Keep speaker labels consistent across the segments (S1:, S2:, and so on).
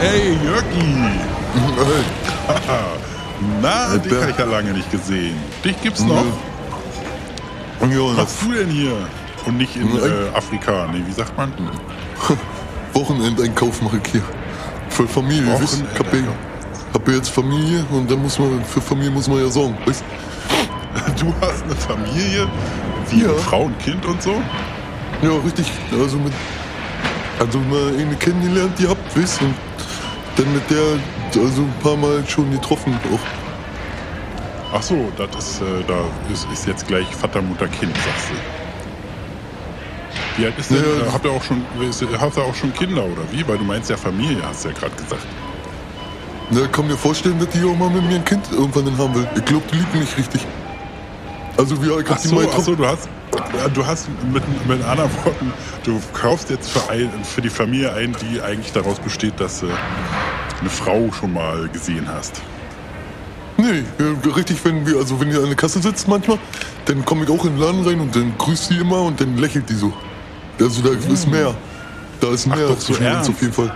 S1: Hey, Jörgi! Na, dich
S2: Alter.
S1: habe ich ja lange nicht gesehen. Dich gibt's
S2: Hm,
S1: noch? Was
S2: Ja,
S1: machst du denn hier? Und nicht in
S2: Nö.
S1: äh, Afrika. Nee, wie sagt man?
S2: Hm. Wochenendeinkauf mache ich hier. Für Familie, weißt du? Ich hab ja,
S1: Wochenendeinkauf.
S2: hab ja jetzt Familie und dann muss man, für Familie muss man ja sorgen, weißt
S1: Du hast eine Familie? Wie
S2: Ja.
S1: Frau und Kind und so?
S2: du? Ja, richtig. Also mit. Also mal eine kennengelernt, die habt, weißt du? Und dann mit der, also ein paar Mal schon getroffen auch.
S1: Ach so, das ist, äh, da ist, ist jetzt gleich Vater, Mutter, Kind, sagst du. Wie alt ist denn?
S2: Ja.
S1: Äh, habt ihr auch schon, ist- habt ihr auch schon Kinder oder wie? Weil du meinst ja Familie, hast du ja gerade gesagt.
S2: Na, kann mir vorstellen, dass die auch mal mit mir ein Kind irgendwann dann haben will. Ich glaube, die liebt mich richtig. Also wie alt
S1: Ach
S2: hat die
S1: so,
S2: mal
S1: ach so,
S2: getroffen?
S1: du hast, ja, du hast mit, mit anderen Worten, du kaufst jetzt für, ein, für die Familie ein, die eigentlich daraus besteht, dass du eine Frau schon mal gesehen hast.
S2: Nee, ja, richtig, wenn wir, also wenn ihr an der Kasse sitzt manchmal, dann komme ich auch in den Laden rein und dann grüßt die immer und dann lächelt die so. Also da ist mehr. Da ist mehr
S1: Hm. doch, so
S2: zwischen uns
S1: ernst.
S2: auf jeden Fall.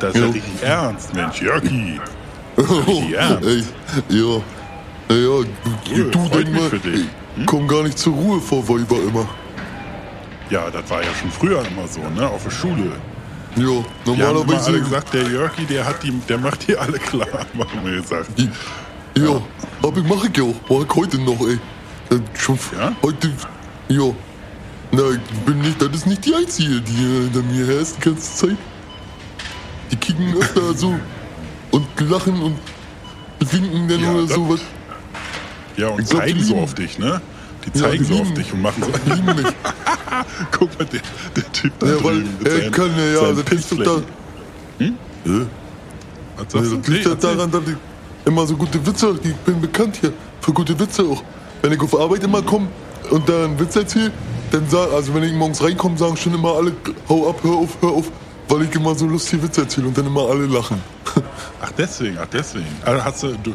S1: Das ist ja
S2: Jo.
S1: richtig ernst, Mensch, Jörgi.
S2: Oh,
S1: Ja.
S2: Ey, ja. Ja, ja, du, du
S1: freut
S2: denk
S1: mich
S2: mal,
S1: für dich. Hm?
S2: ich komm gar nicht zur Ruhe vor Weiber immer.
S1: Ja, das war ja schon früher immer so, ne? Auf der Schule. Die
S2: Ja,
S1: haben immer alle
S2: normalerweise.
S1: gesagt, der Jörgi, der hat die, der macht die alle klar, haben wir gesagt.
S2: Die- Ja, aber ich mache ich ja auch. Mach ich heute noch, ey. Äh, Schon f-
S1: Ja?
S2: heute. Ja. Na, ich bin nicht, das ist nicht die einzige, die äh, hinter mir her ist die ganze Zeit. Die kicken öfter so und lachen und winken dann
S1: Ja,
S2: oder
S1: das-
S2: sowas.
S1: Ja, und
S2: Ich glaub, die
S1: zeigen so
S2: lieben-
S1: auf dich, ne? Die
S2: Ja,
S1: zeigen
S2: die
S1: so auf
S2: lieben-
S1: dich und machen so.
S2: Die lieben mich.
S1: Guck mal, der, der Typ da
S2: Ja, weil
S1: drüben. mit
S2: er
S1: seinen-
S2: kann ja, ja,
S1: seinen
S2: das liegt doch da.
S1: Pissflecken.
S2: Hm?
S1: Was
S2: Ja,
S1: sagst
S2: das
S1: du?
S2: liegt
S1: Nee,
S2: halt daran, dass ich immer so gute Witze, ich bin bekannt hier für gute Witze auch. Wenn ich auf Arbeit immer komme und da einen Witz erzähle, dann sagen, also wenn ich morgens reinkomme, sagen schon immer alle, hau ab, hör auf, hör auf, weil ich immer so lustige Witze erzähle und dann immer alle lachen.
S1: Ach deswegen, ach deswegen. Also hast du, du,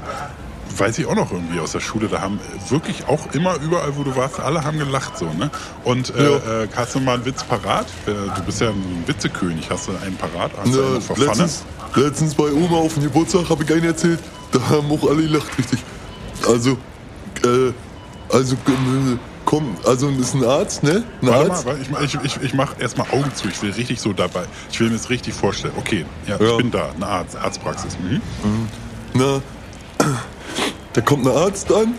S1: weiß ich auch noch irgendwie aus der Schule, da haben wirklich auch immer überall, wo du warst, alle haben gelacht so, ne? Und äh,
S2: Ja.
S1: äh, hast du mal einen Witz parat? Äh, Du bist ja ein Witzekönig, hast du einen parat? Hast du
S2: Ja,
S1: einen verfangen?
S2: letztens, letztens bei Oma auf dem Geburtstag habe ich einen erzählt, da haben auch alle gelacht, richtig. Also, äh, also, äh, komm, also ist ein Arzt, ne? Ein
S1: Warte
S2: Arzt?
S1: mal, warte, ich, mach- ich, ich, ich mache erstmal Augen zu, ich will richtig so dabei. Ich will mir das richtig vorstellen. Okay, ja, ich
S2: Ja.
S1: bin da, eine Arzt, Arztpraxis. Mhm.
S2: Na, da kommt ein Arzt an.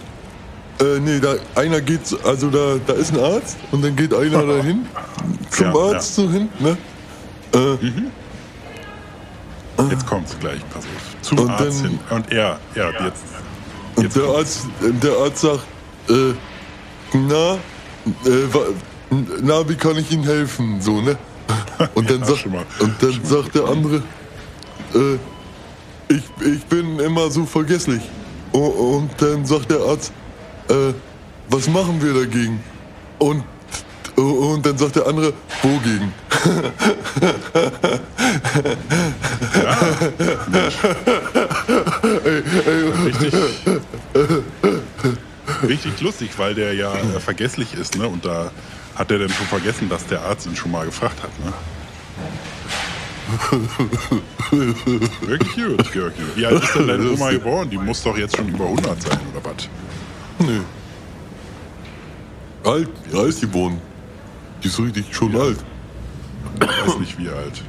S2: Äh, nee, da einer geht, so- also da, da ist ein Arzt und dann geht einer dahin zum
S1: Ja,
S2: Arzt so hin, ne?
S1: Jetzt kommt's gleich, pass auf. Zum
S2: Und
S1: Arzt
S2: dann-
S1: hin. Und er, er, jetzt.
S2: Und
S1: Jetzt
S2: der
S1: kommt's.
S2: Arzt, der Arzt sagt, äh, na, äh, wa- na, wie kann ich Ihnen helfen, so ne? Und dann
S1: Ja,
S2: sagt,
S1: schon mal.
S2: und dann sagt der andere, äh, ich, ich bin immer so vergesslich. U- Und dann sagt der Arzt, äh, was machen wir dagegen? Und, und dann sagt der andere, wogegen?
S1: Richtig. Richtig lustig, weil der ja äh, vergesslich ist, ne? Und da hat er dann schon vergessen, dass der Arzt ihn schon mal gefragt hat, ne? Wirklich gut, Jörg. Wie alt ist denn deine Oma
S2: Lustig.
S1: geboren? Die muss doch jetzt schon über 100 sein, oder was?
S2: Nee. Alt, alt geboren. Die ist richtig schon alt.
S1: Ich weiß nicht, wie alt.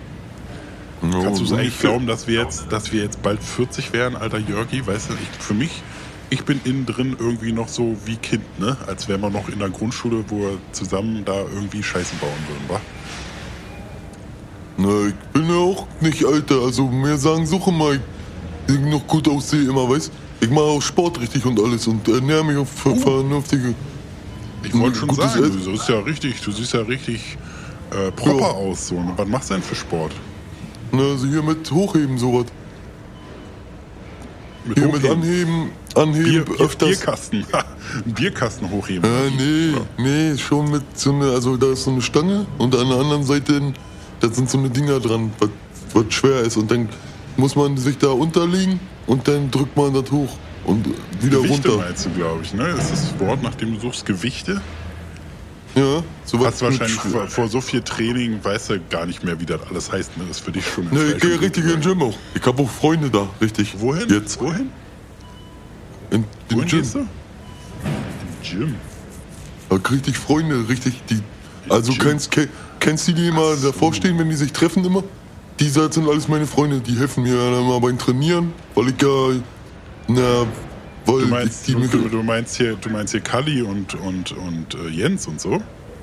S2: Ja,
S1: Kannst du es eigentlich
S2: ungefähr.
S1: glauben, dass wir, jetzt, dass wir jetzt bald 40 wären, alter Jörgi? Weißt du, ich, für mich, ich bin innen drin irgendwie noch so wie Kind, ne? Als wären wir noch in der Grundschule, wo wir zusammen da irgendwie Scheiße bauen würden, wa?
S2: Na, ich bin ja auch nicht alter, also mir sagen Suche mal, ich noch gut aussehe immer, weißt Ich mache auch Sport richtig und alles und ernähre mich auf
S1: Oh.
S2: ver- vernünftige.
S1: Ich wollte schon
S2: Gutes
S1: sagen,
S2: Essen.
S1: du siehst ja richtig, du siehst ja richtig äh, proper
S2: Ja.
S1: aus. So. Und Was machst du denn für Sport?
S2: Na, also hier mit hochheben sowas.
S1: Mit
S2: Hier mit
S1: hochheben?
S2: anheben, anheben
S1: Bier, Bier,
S2: öfters.
S1: Bierkasten. Einen Bierkasten hochheben.
S2: Äh, nee, nee, schon mit so einer, also da ist so eine Stange und an der anderen Seite, da sind so eine Dinger dran, was, was schwer ist. Und dann muss man sich da unterlegen und dann drückt man das hoch und wieder
S1: Gewichte halt.
S2: runter.
S1: meinst du, glaube ich, ne? Das ist das Wort, nach dem du suchst, Gewichte?
S2: Ja, so
S1: Hast
S2: mit
S1: wahrscheinlich
S2: Schule.
S1: vor, vor so viel Training, weißt du gar nicht mehr, wie das alles heißt. Ne? Ist für dich schon
S2: Ne, ich
S1: inzwischen
S2: gehe richtig in den Gym auch. Ich hab auch Freunde da, richtig.
S1: Wohin?
S2: Jetzt.
S1: Wohin?
S2: In den
S1: Wohin
S2: Gym.
S1: gehst du? In Gym.
S2: Da krieg ich Freunde, Äh, richtig. Die, also
S1: Gym.
S2: kennst, ke- kennst du die, die immer davor stehen, wenn die sich treffen immer? Die sind alles meine Freunde, die helfen mir dann immer beim Trainieren, weil ich ja, na, weil
S1: Du meinst,
S2: ich
S1: du,
S2: Äh, die
S1: du, du meinst hier, du meinst hier Kalli und, und, und äh, Jens und so,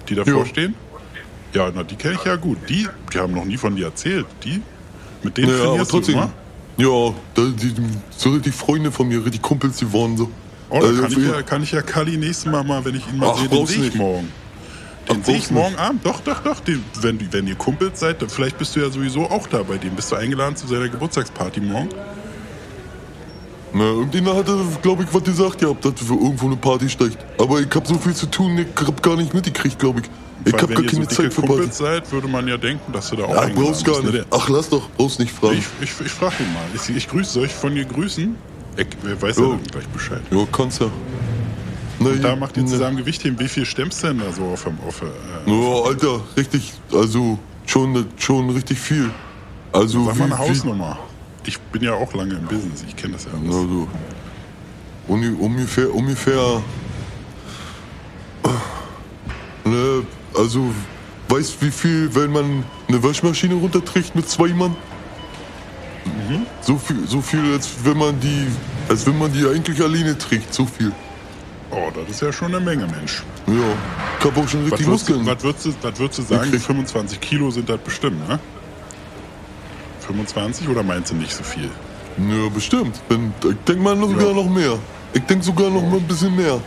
S1: die davor
S2: Ja.
S1: stehen? Ja, na, die kenne ich ja gut. Die, die haben noch nie von dir erzählt. Die, mit denen
S2: ja, aber
S1: trainierst
S2: trotzdem.
S1: du immer?
S2: Ja, da, die, so richtig Freunde von mir, richtig Kumpels, die waren so.
S1: Oh, da
S2: Also
S1: kann, ich
S2: für-
S1: ja, kann ich ja Kalli nächstes Mal mal, wenn ich ihn mal
S2: Ach,
S1: sehe, den
S2: brauchst
S1: sehe ich
S2: nicht.
S1: morgen. Den
S2: Ach,
S1: sehe ich
S2: brauchst
S1: morgen Abend. Doch, doch, doch. Den, wenn, du- wenn ihr Kumpels seid, dann vielleicht bist du ja sowieso auch da bei dem. Bist du eingeladen zu seiner Geburtstagsparty morgen?
S2: Na, irgendjemand hatte, glaube äh, ich, was gesagt gehabt, dass wir irgendwo eine Party steigt. Aber ich hab so viel zu tun, ich hab gar nicht mitgekriegt, glaube ich. Ich
S1: Weil
S2: hab
S1: wenn
S2: gar
S1: ihr so
S2: keine
S1: dicke
S2: Zeit für Party.
S1: Kumpels seid, würde man ja denken, dass du da auch
S2: Ja,
S1: eingeladen
S2: brauchst gar
S1: bist, ne?
S2: nicht. Ach, lass doch, brauchst nicht fragen.
S1: Ich, ich, ich frage ihn mal. Ich, ich grüße, soll ich von dir grüßen? Er, wer weiß ja
S2: Jo.
S1: dann gleich Bescheid.
S2: Ja, kannst ja. Na, ne.
S1: Da
S2: ja,
S1: macht ihr
S2: na.
S1: zusammen Gewichtheben. Wie viel stemmst du denn da so auf dem auf, äh,
S2: Ja, Alter, richtig, also schon, schon richtig viel. Also
S1: Sag mal eine
S2: wie- wie-
S1: Hausnummer. Ich bin ja auch lange im Business, ich kenne das ja
S2: Na,
S1: alles.
S2: so. Also, Uni- Ungefähr, ungefähr. Ne, also, weißt wie viel, wenn man eine Waschmaschine runterträgt mit zwei Mann?
S1: Mhm.
S2: So viel, so viel, als wenn man die, als wenn man die eigentlich alleine trägt, so viel.
S1: Oh, das ist ja schon eine Menge, Mensch.
S2: Ja, ich hab auch schon
S1: Was
S2: richtig
S1: würdest, du,
S2: Muskeln.
S1: was, würdest du, was würdest du sagen?
S2: krieg-
S1: 25 Kilo sind das bestimmt, ne? 25 oder meinst du nicht so viel?
S2: Ja, bestimmt. Wenn, ich denk mal sogar
S1: Ja.
S2: noch mehr. Ich denk sogar noch mal ein bisschen mehr.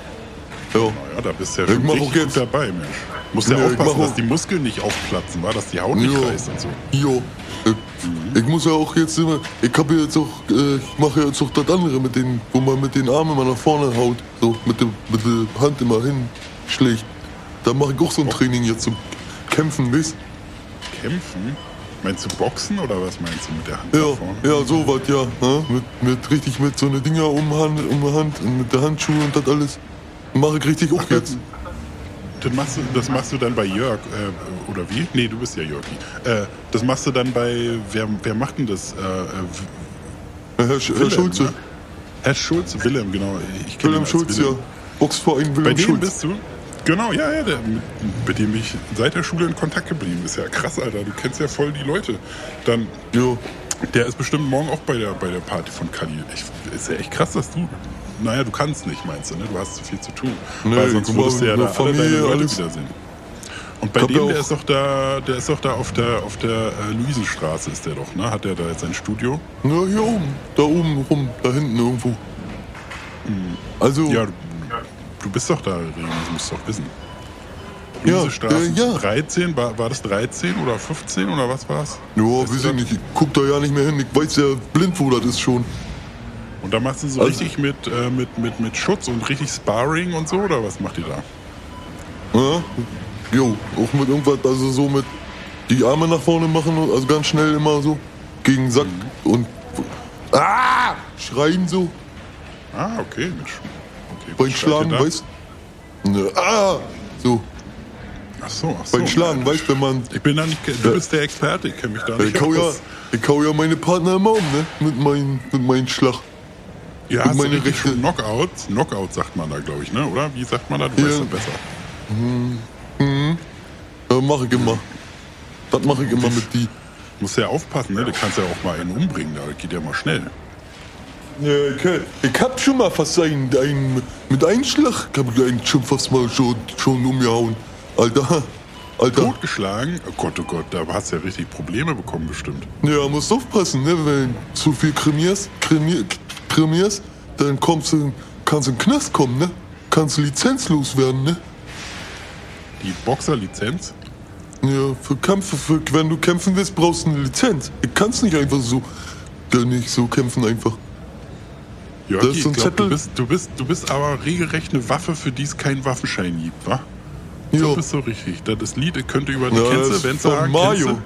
S2: Ja.
S1: Naja, da bist du ja schon
S2: mach auch
S1: richtig gut
S2: jetzt-
S1: dabei, Mensch. Musst ja
S2: Ja, ich
S1: aufpassen,
S2: mach auch-
S1: dass die Muskeln nicht aufplatzen, war, dass die Haut nicht
S2: Ja.
S1: reißt und so.
S2: Jo. Ich, ich muss ja auch jetzt immer. Ich hab ja jetzt auch. äh, Ich mache ja jetzt auch das andere mit den, wo man mit den Armen immer nach vorne haut. So, mit der, mit der Hand immer hinschlägt. Da mache ich auch so ein Training jetzt zum Kämpfen, weißt
S1: Kämpfen? Meinst du Boxen oder was meinst du mit der Hand
S2: Ja,
S1: da vorne?
S2: ja, sowas, ja. Ne? Mit, mit richtig mit so eine Dinger um Hand, um die Hand und mit der Handschuhe und das alles. Mache ich richtig auch jetzt.
S1: Das machst, du, das machst du dann bei Jörg, äh, oder wie? Nee, du bist ja Jörgi. Äh, das machst du dann bei, wer, wer macht denn das? Äh, äh,
S2: Herr, Sch- Herr
S1: Willem,
S2: Schulze.
S1: ne? Herr Schulze, Willem, genau. Ich kenn ihn
S2: Wilhelm
S1: als
S2: Schulz, ja.
S1: Willem.
S2: Boxverein
S1: Bei
S2: Wilhelm
S1: dem
S2: Schulz.
S1: bist du? Genau, ja, ja, der, mit, mit dem bin ich seit der Schule in Kontakt geblieben ist. Ja krass, Alter, du kennst ja voll die Leute. Dann,
S2: Jo.
S1: der ist bestimmt morgen auch bei der, bei der Party von Kali. Ich, ist ja echt krass, dass du, naja, du kannst nicht, meinst du, ne? Du hast zu viel zu tun.
S2: Nee,
S1: Weil sonst
S2: guck mal,
S1: würdest du ja da
S2: nur
S1: alle deine
S2: Familie,
S1: Leute
S2: alles.
S1: wiedersehen. Und bei
S2: Hab ja
S1: dem, der
S2: auch-
S1: ist doch da, der ist doch da auf der, auf der äh, Luisenstraße ist der doch, ne? Hat der da jetzt sein Studio?
S2: Na, hier oben. Da oben rum. Da hinten irgendwo. Also,
S1: Ja,
S2: ja,
S1: du, du bist doch da, Regen, das musst du doch wissen.
S2: Ja,
S1: Luisenstraße
S2: äh, ja.
S1: 13, war, war das 13 oder 15 oder was war's?
S2: weiß ich nicht. Ich guck da ja nicht mehr hin. Ich weiß ja blind, wo das ist schon.
S1: Und da machst du so
S2: Also-
S1: richtig mit, äh, mit, mit, mit Schutz und richtig Sparring und so, oder was macht ihr da?
S2: Ja? Jo, auch mit irgendwas, also so mit die Arme nach vorne machen, und- also ganz schnell immer so. Gegen den Sack
S1: Mhm.
S2: und. Ah! Schreien so.
S1: Ah, okay, Mensch. Okay,
S2: Beim
S1: was
S2: Schlagen,
S1: schreit ihr da?
S2: weißt du? Ah! So.
S1: Ach so, ach so.
S2: Beim Schlagen, weißt du, wenn man
S1: Ich bin da nicht, du
S2: Äh,
S1: bist der Experte, ich kenne mich da
S2: Ich
S1: nicht
S2: hau, ja,
S1: aus.
S2: ich hau ja meine Partner immer um, ne? Mit meinen, mit meinen Schlag.
S1: Ja, hast du
S2: meine
S1: richtig
S2: rechte-
S1: schon Knockouts? Knockout sagt man da, glaube ich, ne? oder? Wie sagt man da? Du
S2: Ja.
S1: weißt das besser.
S2: Ja, mach ich immer. Das mache ich immer mit die.
S1: Musst ja aufpassen, ne? Du kannst ja auch mal einen umbringen, da geht ja mal schnell.
S2: Ja, okay. Ich hab schon mal fast einen, einen mit einem Schlag, hab ich einen schon fast mal schon, schon umgehauen. Alter, Alter.
S1: Totgeschlagen? Oh Gott, oh Gott, da hast du ja richtig Probleme bekommen, bestimmt.
S2: Ja, musst aufpassen, ne? Wenn du zu viel krimierst, krimier, krimierst, dann kommst du, kannst du in den Knast kommen, ne? Kannst lizenzlos werden, ne?
S1: Die Boxerlizenz?
S2: Ja, für Kämpfe, für, wenn du kämpfen willst, brauchst du eine Lizenz. Du kannst nicht einfach so, gar nicht so kämpfen einfach.
S1: Ja,
S2: Das ist so
S1: ich
S2: ein
S1: glaub, du
S2: Zettel.
S1: bist, du, bist, du bist aber regelrecht eine Waffe, für die es keinen Waffenschein gibt, wa?
S2: Ja,
S1: Du bist so richtig. Das ist Lied könnte über die
S2: ja das
S1: Kennze,
S2: ist
S1: wenn es
S2: von Mario.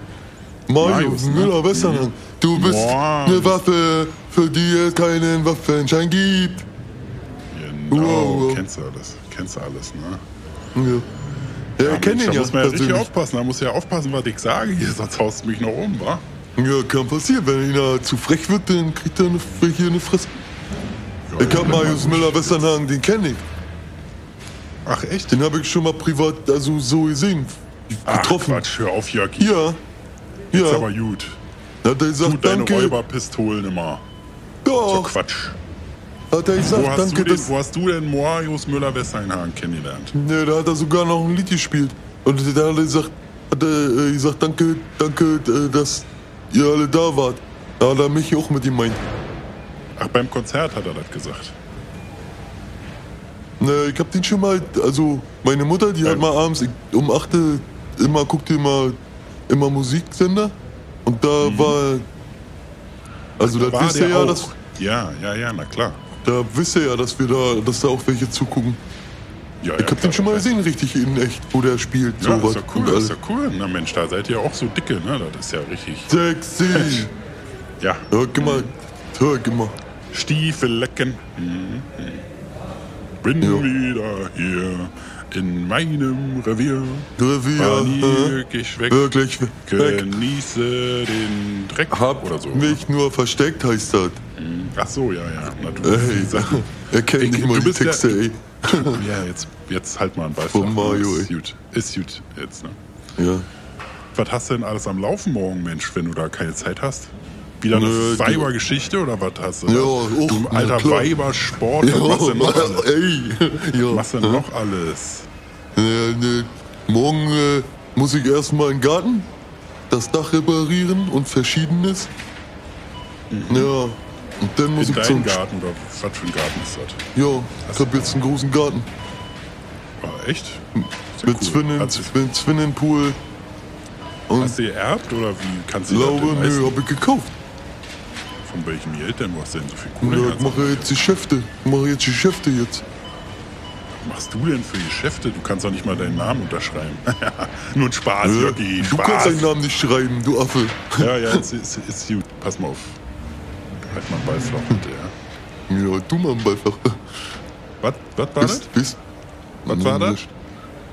S1: Mario
S2: Mario,
S1: ist, ne?
S2: Müller, Westernhang. Du bist
S1: Boah.
S2: eine Waffe, für die es keinen Waffenschein gibt.
S1: Genau,
S2: Wow, wow.
S1: kennst du alles. Kennst du alles, ne?
S2: Ja. Ja, ich kenn
S1: Mensch,
S2: ihn
S1: da
S2: ja
S1: muss man ja richtig
S2: persönlich.
S1: aufpassen. Da muss ja aufpassen, was ich sage hier, sonst haust du mich noch um, wa?
S2: Ja, kann passieren. Wenn einer zu frech wird, dann kriegt er eine, hier eine Fresse.
S1: Ja,
S2: Ich hab
S1: dann mal
S2: Marius
S1: gut.
S2: Müller-Westernhagen, den kenne ich.
S1: Ach, echt?
S2: Den habe ich schon mal privat, also so gesehen,
S1: Ach,
S2: getroffen.
S1: Quatsch, hör auf, Jörg. Hier
S2: ja,
S1: ist
S2: ja.
S1: aber gut.
S2: Hat er
S1: Du,
S2: gesagt,
S1: deine
S2: danke.
S1: Räuberpistolen immer. So
S2: Doch,
S1: Quatsch.
S2: hat er
S1: Wo
S2: gesagt,
S1: hast,
S2: danke.
S1: du denn,
S2: dass-
S1: wo hast du denn Marius Müller-Westernhagen kennengelernt?
S2: Ne, da hat er sogar noch ein Lied gespielt. Und da hat er gesagt, hat er äh, gesagt, danke, danke, äh, dass ihr alle da wart. Da hat er mich auch mit gemeint.
S1: Ach, beim Konzert hat er das gesagt.
S2: Ne, ich hab den schon mal, also meine Mutter, die hat
S1: Ja.
S2: mal abends ich- um 8 Uhr immer, guckt immer, immer Musiksender. Und da
S1: Mhm.
S2: war, also da wisst ihr ja, dass,
S1: Ja, ja, ja, na klar.
S2: da wisst ihr ja, dass wir da, dass da auch welche zugucken.
S1: Ja, ja,
S2: Ich hab den schon mal gesehen, richtig in echt, wo der spielt.
S1: Ja, ist
S2: sowas.
S1: ja
S2: Und
S1: cool, ist ja
S2: alles.
S1: cool. Na Mensch, da seid ihr auch so dicke, ne? Das ist ja richtig.
S2: Sexy!
S1: Ja,
S2: Hör mal,
S1: Mhm.
S2: hör mal.
S1: Stiefel lecken. Mhm. Bin
S2: Jo.
S1: wieder hier in meinem Revier. War nie
S2: Revier,
S1: wirklich
S2: äh,
S1: weg.
S2: wirklich weg.
S1: Genieße den Dreck
S2: Hab
S1: oder so. ne?
S2: mich nur versteckt, heißt das.
S1: Ach so, ja, ja. Na, du bist die
S2: Ey,
S1: Sachen.
S2: er kennt
S1: Ich-
S2: nicht mal
S1: du
S2: die
S1: bist
S2: Texte,
S1: der-
S2: ey.
S1: Ja, jetzt, jetzt halt mal ein Beißer.
S2: Von Mario,
S1: Ist gut. Ist gut jetzt, ne?
S2: Ja.
S1: Was hast du denn alles am Laufen morgen, Mensch, wenn du da keine Zeit hast? Wieder eine
S2: Nö, die-
S1: Weibergeschichte oder was hast du? da?
S2: Ja, auch,
S1: du
S2: na
S1: alter
S2: klar.
S1: Weibersport, was machst du denn noch alles?
S2: ey. Ja.
S1: Was denn noch alles?
S2: Äh, ne, morgen äh, muss ich erstmal in den Garten, das Dach reparieren und verschiedenes. Ja. Und dann muss
S1: Mhm. In
S2: ich zum.
S1: deinem Garten oder was für ein Garten ist das?
S2: Ja, ich hab jetzt einen großen Garten.
S1: Ah, echt? Sehr
S2: Hm. Mit Zwinnen,
S1: Hast, du-
S2: mit Zwinnenpool.
S1: hast du geerbt oder wie kannst du
S2: Glaube,
S1: das denn
S2: nö,
S1: leisten?
S2: hab ich gekauft.
S1: Von welchem Geld denn? Wo hast du denn so viel Kohle?
S2: Ja,
S1: her?
S2: ich mache jetzt Geschäfte. Ich mache jetzt Geschäfte jetzt.
S1: Was machst du denn für Geschäfte? Du kannst doch nicht mal deinen Namen unterschreiben. Nur ein Spaß,
S2: Ja,
S1: Jörgi,
S2: du
S1: Spaß.
S2: kannst deinen Namen nicht schreiben, du Affe.
S1: Ja, ja, ist, ist, ist gut. Pass mal auf. Halt mal den Ball flach mit der.
S2: Ja, du mal einfach.
S1: Was, was war das?
S2: Wisst- wisst-
S1: Was war das?
S2: Nicht.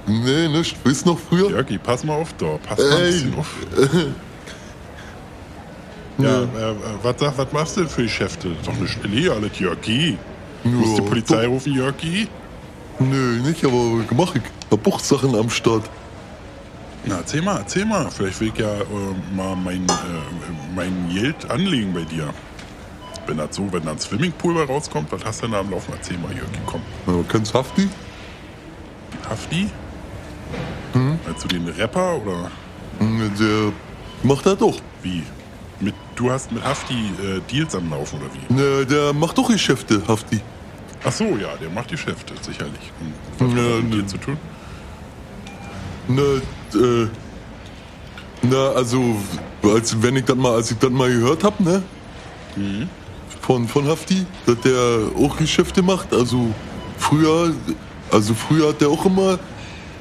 S2: Nee, nicht. Wisst noch früher?
S1: Jörgi, pass mal auf, da. Pass mal ein
S2: Ey.
S1: bisschen auf. Ja, äh, äh, was, sag- was machst du denn für Geschäfte? Das ist Doch eine Stille, alles Jörgi. Musst die
S2: Ja,
S1: Polizei rufen, Jörgi?
S2: Nö, nicht, aber mach ich. Hab auch Sachen am Start.
S1: Na, erzähl mal, erzähl mal. Vielleicht will ich ja äh, mal mein, äh, mein Geld anlegen bei dir. Wenn das so, wenn da ein Swimmingpool bei rauskommt, was hast du denn da am Laufen? Erzähl mal, Jörgi, komm.
S2: Ja, kennst Hafti?
S1: Hafti? Meinst du den Rapper oder
S2: Hm, Der macht das doch.
S1: wie? Mit, du hast mit Hafti äh, Deals am Laufen oder wie?
S2: Ne, der macht doch Geschäfte, Hafti.
S1: Ach so, ja, der macht Geschäfte, sicherlich. Und was hat
S2: Ja,
S1: das mit
S2: ne.
S1: dir zu tun?
S2: Ne, äh, na, also, als wenn ich das mal, als ich das mal gehört hab, ne? Von, von Hafti, dass der auch Geschäfte macht. Also früher, also früher hat der auch immer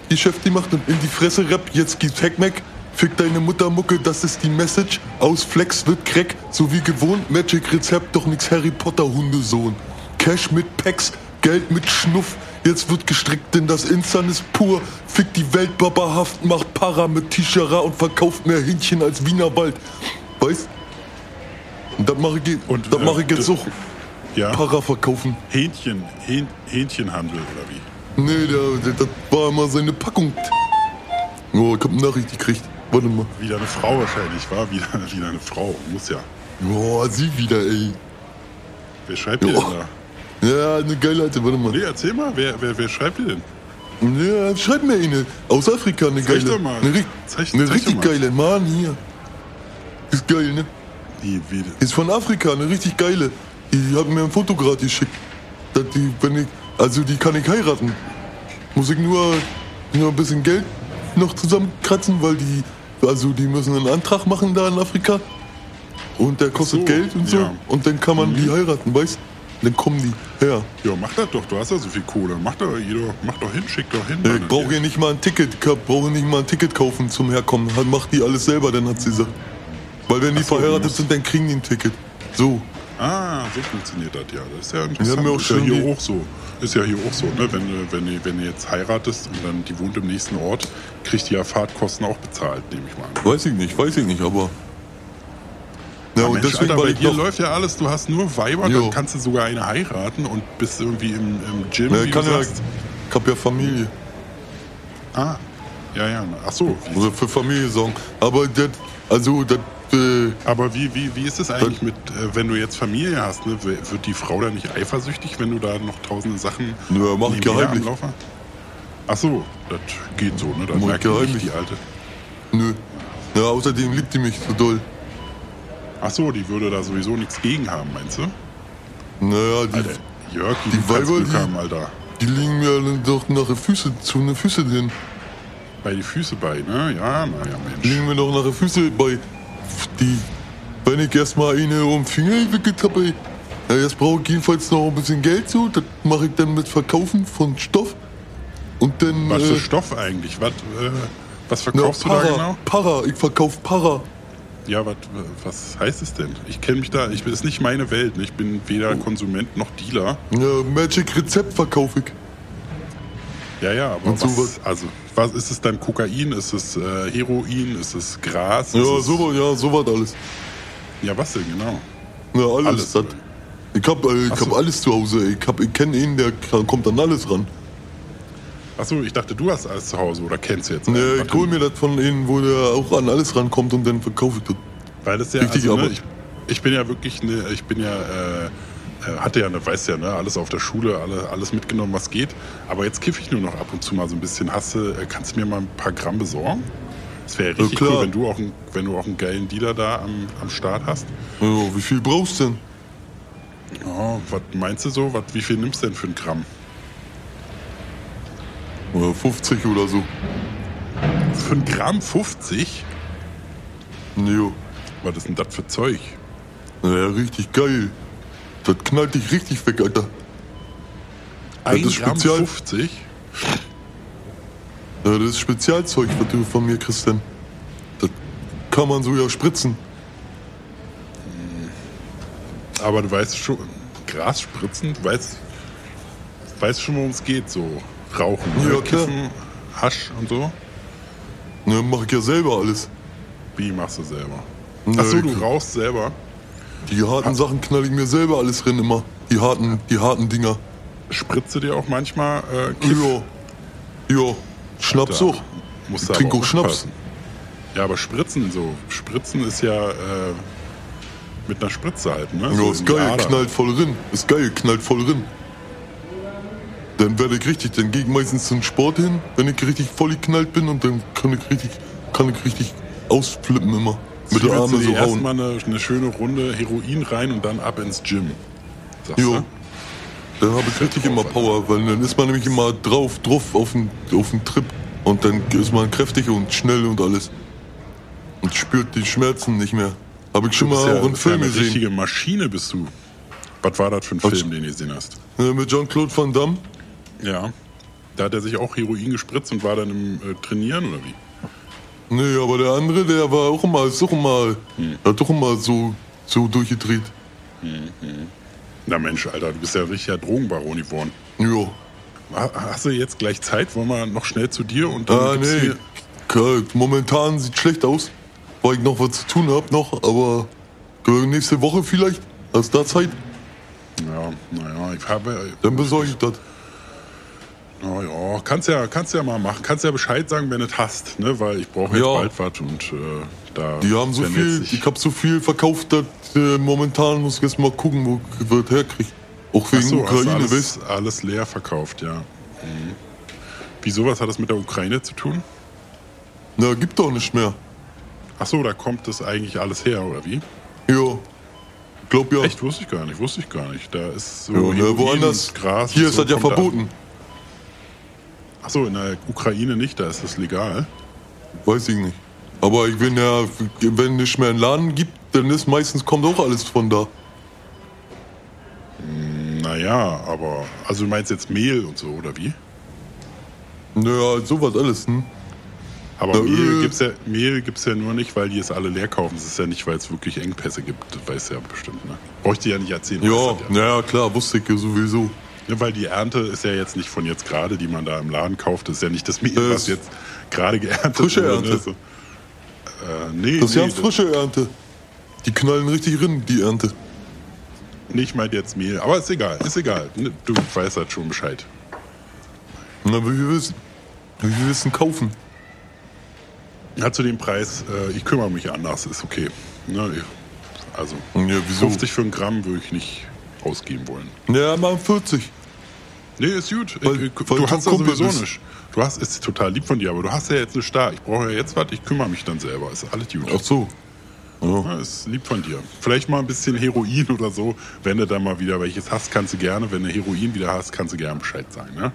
S2: Geschäfte gemacht und in die Fresse Rap, jetzt gibt's Hackmack. Fick deine Mutter Mucke, das ist die Message. Aus Flex wird Crack, so wie gewohnt. Magic Rezept, doch nix Harry Potter Hundesohn. Cash mit Packs, Geld mit Schnuff. Jetzt wird gestrickt, denn das Insan ist pur. Fick die Welt barbarhaft, macht Para mit Tischera und verkauft mehr Hähnchen als Wienerwald. Weißt? Und das mache ich, je-
S1: Und,
S2: das
S1: äh,
S2: mache ich jetzt
S1: d-
S2: auch.
S1: Ja,
S2: Para verkaufen.
S1: Hähnchen, Hähn, Hähnchenhandel oder wie?
S2: Nee, der, der, das war immer seine Packung. Oh, ich hab eine Nachricht gekriegt. Warte mal.
S1: Wieder eine Frau wahrscheinlich, war wieder, wieder eine Frau, muss ja.
S2: Boah, sie wieder, ey.
S1: Wer schreibt dir
S2: Ja.
S1: denn da?
S2: Ja, eine geile alte, warte mal.
S1: Nee, erzähl mal, wer, wer, wer schreibt dir denn?
S2: Ja, schreib mir eine. Aus Afrika, eine
S1: Zeig
S2: geile.
S1: doch mal.
S2: Eine, ri-
S1: Zeig-
S2: eine
S1: zeig
S2: richtig
S1: doch mal.
S2: geile, Mann, hier. Ist geil, ne?
S1: Die, wie,
S2: Ist von Afrika, eine richtig geile. Die hat mir ein Foto gerade geschickt. Dass die, wenn ich, also die kann ich heiraten. Muss ich nur, nur ein bisschen Geld noch zusammenkratzen, weil die, also die müssen einen Antrag machen da in Afrika. Und der kostet
S1: so,
S2: Geld und so.
S1: ja. Mhm.
S2: Und dann kann man die heiraten, weißt? Dann kommen die her.
S1: ja, mach das doch, du hast ja so viel Kohle. Mach doch, jeder, mach doch hin, schick doch hin.
S2: Ja,
S1: Mann.
S2: Ich brauche hier nicht mal ein Ticket, ich hab- brauche nicht mal ein Ticket kaufen zum Herkommen. Hat- Macht die alles selber, dann hat sie gesagt. Weil wenn die
S1: Ach so,
S2: verheiratet
S1: muss-
S2: sind, dann kriegen die ein Ticket. So.
S1: Ah, so funktioniert das ja. Das ist ja
S2: Wir
S1: interessant.
S2: haben ja auch
S1: ist ja
S2: schon
S1: hier
S2: die-
S1: auch so. Ist ja hier auch so, ne? Wenn, du- wenn, du- wenn du jetzt heiratest und dann die wohnt im nächsten Ort, kriegt die ja Fahrtkosten auch bezahlt, nehme ich mal an.
S2: Weiß ich nicht, weiß ich nicht, aber. Ja, und
S1: Mensch,
S2: deswegen,
S1: Alter,
S2: weil
S1: bei
S2: ich
S1: dir
S2: noch.
S1: läuft ja alles. Du hast nur Weiber,
S2: Jo.
S1: dann kannst du sogar eine heiraten und bist irgendwie im, im Gym.
S2: Ja,
S1: wie
S2: ich kann
S1: du
S2: ja,
S1: sagst.
S2: ich hab ja Familie.
S1: Ah, ja, ja. na, Ach so. Wie,
S2: Also für Familie sorgen. Aber das, also das, äh,
S1: aber wie, wie, wie ist es eigentlich mit, äh, wenn du jetzt Familie hast? Ne? W- Wird die Frau da nicht eifersüchtig, wenn du da noch tausende Sachen
S2: Nö, mach ich
S1: nebenher am
S2: geheimlich.
S1: Laufen hast? Ach so, das geht so, ne? Dann
S2: Mach
S1: merkt
S2: ich
S1: die nicht, die
S2: geheimlich.
S1: alte.
S2: nö. Ja, außerdem liebt die mich so doll.
S1: Ach so, die würde da sowieso nichts gegen haben, meinst du?
S2: Naja, die,
S1: Alter, Jörg, die,
S2: Äh, Die
S1: die Weiber,
S2: Weiber,
S1: Glück
S2: die-
S1: haben, Alter.
S2: die liegen mir dann doch nach den Füßen, zu ne, den Füßen hin.
S1: Bei die Füße bei, ne? Ja, naja, Mensch.
S2: Liegen mir doch nach den Füßen bei. Die, wenn ich erstmal eine um den Finger gewickelt habe, ey. Ja, jetzt brauche ich jedenfalls noch ein bisschen Geld so. Das mache ich dann mit Verkaufen von Stoff. Und dann.
S1: Was für
S2: äh,
S1: Stoff eigentlich? Was, äh, was
S2: na,
S1: verkaufst
S2: Para,
S1: du da genau?
S2: Para, ich verkaufe Para.
S1: Ja, wat, was heißt es denn? Ich kenne mich da, ich, das ist nicht meine Welt. ne? Ich bin
S2: Oh.
S1: weder Konsument noch Dealer.
S2: Ja, Magic Rezept verkaufe ich.
S1: Ja, ja, aber
S2: Und so
S1: was, also, was ist es dann? Kokain? Ist es äh, Heroin? Ist es Gras?
S2: Ja,
S1: ist es,
S2: sowas, ja, sowas alles.
S1: Ja, was denn genau?
S2: Ja, alles.
S1: Alles.
S2: Das. Ich hab, äh, ich
S1: Ach
S2: hab
S1: so.
S2: alles zu Hause. ey. Ich, hab- ich kenne ihn, der kann, kommt an alles ran.
S1: Achso, ich dachte, du hast alles zu Hause oder kennst jetzt. einen.
S2: Ja,
S1: Warte,
S2: ich hol mir das von ihnen, wo der auch an alles rankommt und dann verkaufe ich das.
S1: Weil das ja,
S2: Richtig,
S1: also, ne,
S2: aber-
S1: ich, ich bin ja wirklich, ne, ich bin ja, äh, äh, hatte ja, ne, weiß ja, ne, alles auf der Schule, alle, alles mitgenommen, was geht. Aber jetzt kiffe ich nur noch ab und zu mal so ein bisschen. Hast du, äh, kannst du mir mal ein paar Gramm besorgen? Das wäre ja richtig
S2: klar.
S1: cool, wenn du auch, ein, wenn du auch einen geilen Dealer da am, am Start hast.
S2: Ja, wie viel brauchst du denn?
S1: Oh, was meinst du so? Was, wie viel nimmst du denn für ein Gramm?
S2: Ja, 50 oder so.
S1: Für ein Gramm 50?
S2: Jo.
S1: Was ist denn das für Zeug?
S2: Ja, richtig geil. Das knallt dich richtig weg, Alter.
S1: Ein
S2: ist
S1: Gramm
S2: spezial.
S1: 50?
S2: Ja, das ist Spezialzeug, was du von mir kriegst denn. Das kann man so ja spritzen.
S1: Aber du weißt schon, Gras spritzen, du weißt, weißt schon, worum es geht, so Rauchen,
S2: Ja,
S1: ne?
S2: klar.
S1: Kiffen, Hasch und so.
S2: Ja, mach ich ja selber alles.
S1: Wie machst du selber?
S2: Nö,
S1: Achso, du
S2: ich-
S1: rauchst selber.
S2: Die harten Sachen knall ich mir selber alles rein immer. Die harten, die harten Dinger.
S1: Spritze dir auch manchmal äh, Kiff.
S2: Jo. Jo. Schnaps
S1: Da
S2: auch.
S1: Musst
S2: Ich
S1: du
S2: trinke
S1: aber
S2: auch Schnaps.
S1: aufpassen. Ja, aber Spritzen so. Spritzen ist ja äh, mit einer Spritze halt, ne?
S2: Ja,
S1: so
S2: ist
S1: in die
S2: geil,
S1: Ader.
S2: knallt voll rin. Ist geil, knallt voll rin. Dann werde ich richtig, dann gehe ich meistens zum Sport hin, wenn ich richtig voll geknallt bin und dann kann ich richtig, kann ich richtig ausflippen immer. Mit
S1: Zwiebelst
S2: der Arme
S1: du dir
S2: so hauen.
S1: erstmal eine, eine schöne Runde Heroin rein und dann ab ins Gym. Sagst
S2: Jo.
S1: du?
S2: Dann habe ich richtig immer Power, weil dann ist man nämlich immer drauf, drauf auf den, auf den Trip. Und dann ist man kräftig und schnell und alles. Und spürt die Schmerzen nicht mehr. Habe ich schon mal
S1: Bist ja-
S2: auch einen
S1: bist ja
S2: Film
S1: eine
S2: gesehen.
S1: richtige Maschine bist du. Was war das für ein Film, den du gesehen hast?
S2: Ja, mit Jean-Claude Van Damme.
S1: Ja. Da hat er sich auch Heroin gespritzt und war dann im äh, Trainieren oder wie?
S2: Nee, aber der andere, der war auch immer, ist auch immer,
S1: Hm.
S2: hat doch immer so, so durchgedreht.
S1: Na Mensch, Alter, du bist ja ein richtiger Drogenbaron geworden.
S2: Ja.
S1: Ha- Hast du jetzt gleich Zeit? Wollen wir noch schnell zu dir und dann
S2: Ah,
S1: gibt's
S2: nee.
S1: hier-
S2: Geil. Momentan sieht schlecht aus, weil ich noch was zu tun hab noch, aber äh, nächste Woche vielleicht, aus der Zeit,
S1: Ja, naja, ich habe.
S2: dann besorge ich das.
S1: Na ja, kannst ja, kannst ja mal machen. Kannst ja Bescheid sagen, wenn du es hast, ne? Weil ich brauche jetzt
S2: Ja.
S1: bald was und äh, da.
S2: Die haben so
S1: wenn jetzt
S2: viel,
S1: nicht-
S2: ich hab so viel verkauft, dass äh, momentan muss ich jetzt mal gucken, wo ich das herkriege. Auch
S1: Ach
S2: wegen
S1: so, hast du
S2: Ukraine, weißt
S1: alles, alles leer verkauft, ja. Mhm. Wieso, was hat das mit der Ukraine zu tun?
S2: Na, gibt doch nicht mehr.
S1: Ach so, da kommt das eigentlich alles her, oder wie?
S2: Ja. Glaub ja.
S1: Echt, wusste ich gar nicht, wusste ich gar nicht. Da ist so
S2: Ja, ne,
S1: Heroin,
S2: woanders.
S1: Gras.
S2: Hier
S1: und
S2: ist
S1: so
S2: das ja
S1: kommt da-
S2: verboten.
S1: Ach so, in der Ukraine nicht, da ist das legal.
S2: Weiß ich nicht. Aber ich bin ja, wenn nicht mehr einen Laden gibt, dann ist meistens kommt auch alles von da.
S1: Naja, aber. Also, du meinst jetzt Mehl und so, oder wie?
S2: Naja, sowas alles, hm?
S1: Aber
S2: Na,
S1: Mehl
S2: äh.
S1: gibt's ja, Mehl gibt's ja nur nicht, weil die es alle leer kaufen. Es ist ja nicht, weil es wirklich Engpässe gibt. Das weißt du ja bestimmt, ne? Brauche ich dir ja nicht erzählen.
S2: Ja,
S1: Das hat ja-
S2: naja, klar, wusste ich ja sowieso.
S1: Ne, Weil die Ernte ist ja jetzt nicht von jetzt gerade, die man da im Laden kauft. Das ist ja nicht das Mehl,
S2: Das-
S1: was jetzt gerade geerntet
S2: Frische
S1: wurde,
S2: Ernte.
S1: ne? So. Äh, nee,
S2: Das ist
S1: nee,
S2: ja
S1: ne?
S2: frische Ernte. Die knallen richtig rin, die Ernte.
S1: Nicht mal jetzt Mehl, aber ist egal, ist egal. Ne, Du weißt halt schon Bescheid.
S2: Na, wie wir wissen. Wie wir wissen, kaufen.
S1: Ja, zu dem Preis, äh, ich kümmere mich anders, ist okay. Ne, ich- also,
S2: Ja, Hm, wieso?
S1: 50 für einen Gramm würde ich nicht ausgeben wollen.
S2: Ja,
S1: um
S2: mal 40.
S1: Nee, ist gut. Ich-
S2: Weil-
S1: ich,
S2: weil
S1: du
S2: du
S1: hast ja
S2: Kumpel
S1: sowieso
S2: bist.
S1: nicht. Du hast, ist total lieb von dir, aber du hast ja jetzt eine Star. Ich brauche ja jetzt was, ich kümmere mich dann selber. Ist alles gut.
S2: Ach so.
S1: Ja, ist lieb von dir. Vielleicht mal ein bisschen Heroin oder so. Wenn du dann mal wieder welches hast, kannst du gerne. Wenn du Heroin wieder hast, kannst du gerne Bescheid sagen. Ne?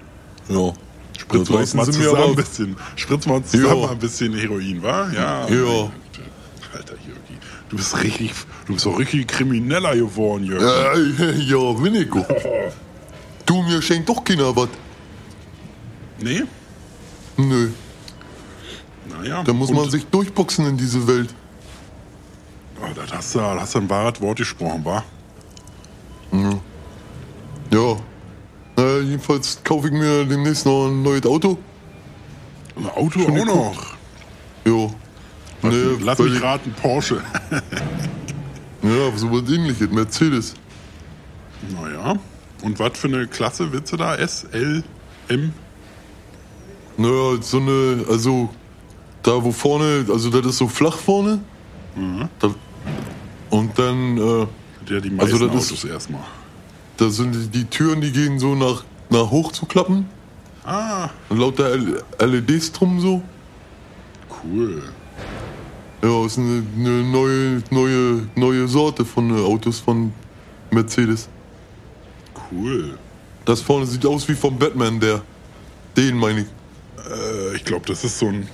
S2: Ja.
S1: Spritzen wir uns mal
S2: sie mir
S1: zusammen ein
S2: aber-
S1: bisschen. Spritzen wir uns zusammen
S2: Jo.
S1: mal ein bisschen Heroin, wa? Ja.
S2: Jo.
S1: Alter Jürgi, du bist richtig, du bist doch richtig krimineller geworden, Jürgi.
S2: Äh, ja, bin ich auch. Du, mir schenkt doch keiner was.
S1: Nee?
S2: Nö,
S1: Naja.
S2: da muss
S1: Und-
S2: man sich durchboxen in diese Welt.
S1: Oh, das hast du, das hast du ein wahres Wort gesprochen, wa?
S2: Ja. Naja, jedenfalls kaufe ich mir demnächst noch ein neues Auto.
S1: Ein Auto auch noch.
S2: Ja. Naja,
S1: Lass
S2: weil
S1: mich
S2: ich-
S1: raten, Porsche.
S2: Ja, so was ähnliches, Mercedes.
S1: naja. Und was für eine Klasse willst du da? S, L, M?
S2: Naja, so eine, also da wo vorne, also das ist so flach vorne.
S1: Mhm.
S2: Da, und dann, äh,
S1: Ja, die meisten
S2: Also das
S1: Autos
S2: ist-
S1: erstmal.
S2: da sind die, die Türen, die gehen so nach, nach hoch zu klappen.
S1: Ah,
S2: Und lauter L- LEDs drum so.
S1: cool.
S2: Ja, ist eine, eine neue, neue, neue Sorte von äh, Autos von Mercedes.
S1: Cool.
S2: Das vorne sieht aus wie vom Batman, der. Den meine ich.
S1: Äh, ich glaube, das ist so ein.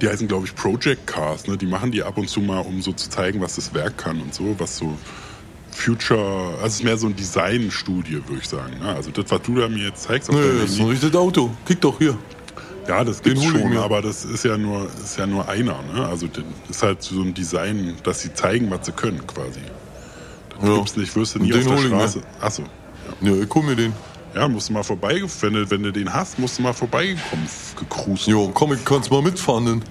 S1: Die heißen, glaube ich, Project Cars. Ne? Die machen die ab und zu mal, um so zu zeigen, was das Werk kann und so. Was so Future. Also es ist mehr so ein Designstudie, würde ich sagen. Ne? Also das, was du da mir jetzt zeigst auf
S2: Nö,
S1: deinem
S2: das ist
S1: Handy,
S2: ein richtiges Auto. Kick doch hier.
S1: Ja, das gibt's
S2: hol ich
S1: schon,
S2: mir.
S1: aber das ist ja nur, ist ja nur einer. Ne? Also das ist halt so ein Design, dass sie zeigen, was sie können, quasi. Das
S2: Ja.
S1: gibt's nicht, wirst du nie
S2: Den
S1: auf der
S2: hol ich mir.
S1: Straße. Achso. Ja.
S2: Ja, ich hol mir den.
S1: Ja, musst du mal vorbei, wenn du, wenn du den hast, musst du mal vorbeigekommen, f- gekrust.
S2: Jo, komm, ich kann's mal mitfahren denn.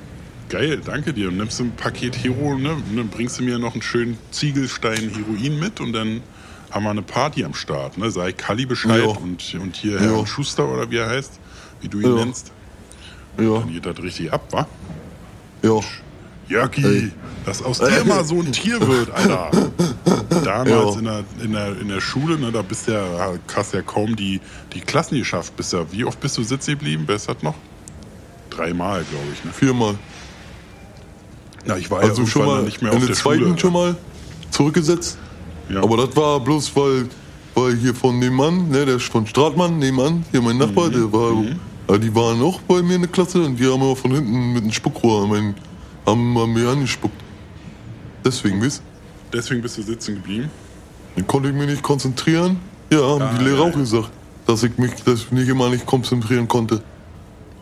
S1: Geil, danke dir. Und nimmst du ein Paket Hero, ne? Und dann bringst du mir noch einen schönen Ziegelstein Heroin mit und dann haben wir eine Party am Start, ne? Sei Kali Bescheid
S2: Ja.
S1: und, und hier
S2: Ja.
S1: Herr Schuster oder wie er heißt, wie du ihn
S2: Ja.
S1: nennst.
S2: Ja,
S1: Dann geht das richtig ab, wa?
S2: ja.
S1: Jörgi,
S2: Ey.
S1: dass aus dir mal so ein Tier wird, Alter. Damals
S2: Ja.
S1: in, der, in, der, in der Schule, ne, da bist du ja, hast ja kaum die, die Klassen geschafft. Bist ja, wie oft bist du sitzen geblieben? Wer ist das noch? Dreimal, glaube ich. Ne?
S2: Viermal.
S1: Na, ich war
S2: Also schon
S1: irgendwann
S2: mal
S1: dann nicht mehr
S2: in
S1: auf
S2: der
S1: der
S2: zweiten
S1: Schule.
S2: schon mal zurückgesetzt.
S1: Ja.
S2: Aber das war bloß, weil, weil hier von dem Mann, ne, der ist von Stratmann, nebenan, hier mein
S1: Mhm.
S2: Nachbar, der war, äh, die waren auch bei mir in der Klasse und die haben immer von hinten mit einem Spuckrohr an meinen, haben an mir angespuckt. Deswegen, wisst
S1: Deswegen bist du sitzen geblieben.
S2: Dann konnte ich mich nicht konzentrieren. Ja, haben
S1: Ah,
S2: die Lehrer auch gesagt, dass ich mich dass ich nicht immer nicht konzentrieren konnte.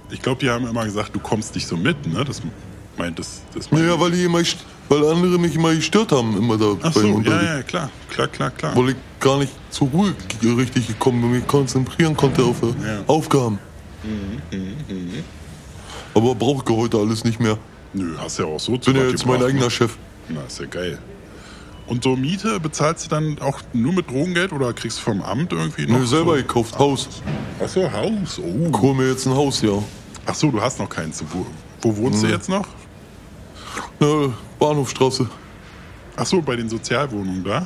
S1: Ich glaube, die haben immer gesagt, du kommst nicht so mit. Ne? Das meint das. das meint
S2: Naja, weil die immer, gest- weil andere mich immer gestört haben, immer da
S1: Ach
S2: beim
S1: so, ja,
S2: Unterricht.
S1: ja, klar, klar, klar, klar.
S2: Weil ich gar nicht zur Ruhe g- richtig gekommen bin, mich konzentrieren konnte auf äh,
S1: Ja.
S2: Aufgaben. Aber braucht heute alles nicht mehr.
S1: Nö, hast ja auch so zu
S2: Bin ja
S1: was
S2: jetzt mein
S1: gebracht, ne?
S2: eigener Chef.
S1: Na, ist ja geil. Und so Miete bezahlst du dann auch nur mit Drogengeld oder kriegst du vom Amt irgendwie noch?
S2: Nö, selber
S1: so?
S2: gekauft, Haus.
S1: Achso, Haus. Oh.
S2: Hol mir jetzt ein Haus, ja.
S1: Achso, du hast noch keins. Wo, wo wohnst du jetzt noch?
S2: Na, Bahnhofstraße.
S1: Achso, bei den Sozialwohnungen da?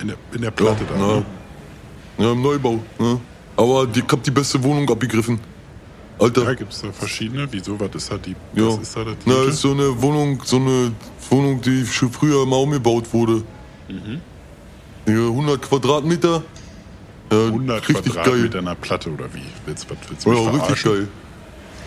S1: In der, in der Platte da.
S2: na.
S1: Ne?
S2: Ja, im Neubau. Ne? Aber die, ich hab die beste Wohnung abgegriffen. Alter,
S1: Da gibt es da verschiedene. Wieso, was ist da die?
S2: Ja.
S1: Was ist da das?
S2: Na,
S1: Gute?
S2: ist so eine Wohnung, so eine Wohnung, die schon früher mal umgebaut wurde.
S1: Mhm.
S2: Ja, 100 Quadratmeter. Ja,
S1: 100
S2: richtig
S1: Quadratmeter
S2: geil.
S1: einer Platte oder wie? Willst, was, willst du mich
S2: Ja, richtig
S1: verarschen?
S2: geil.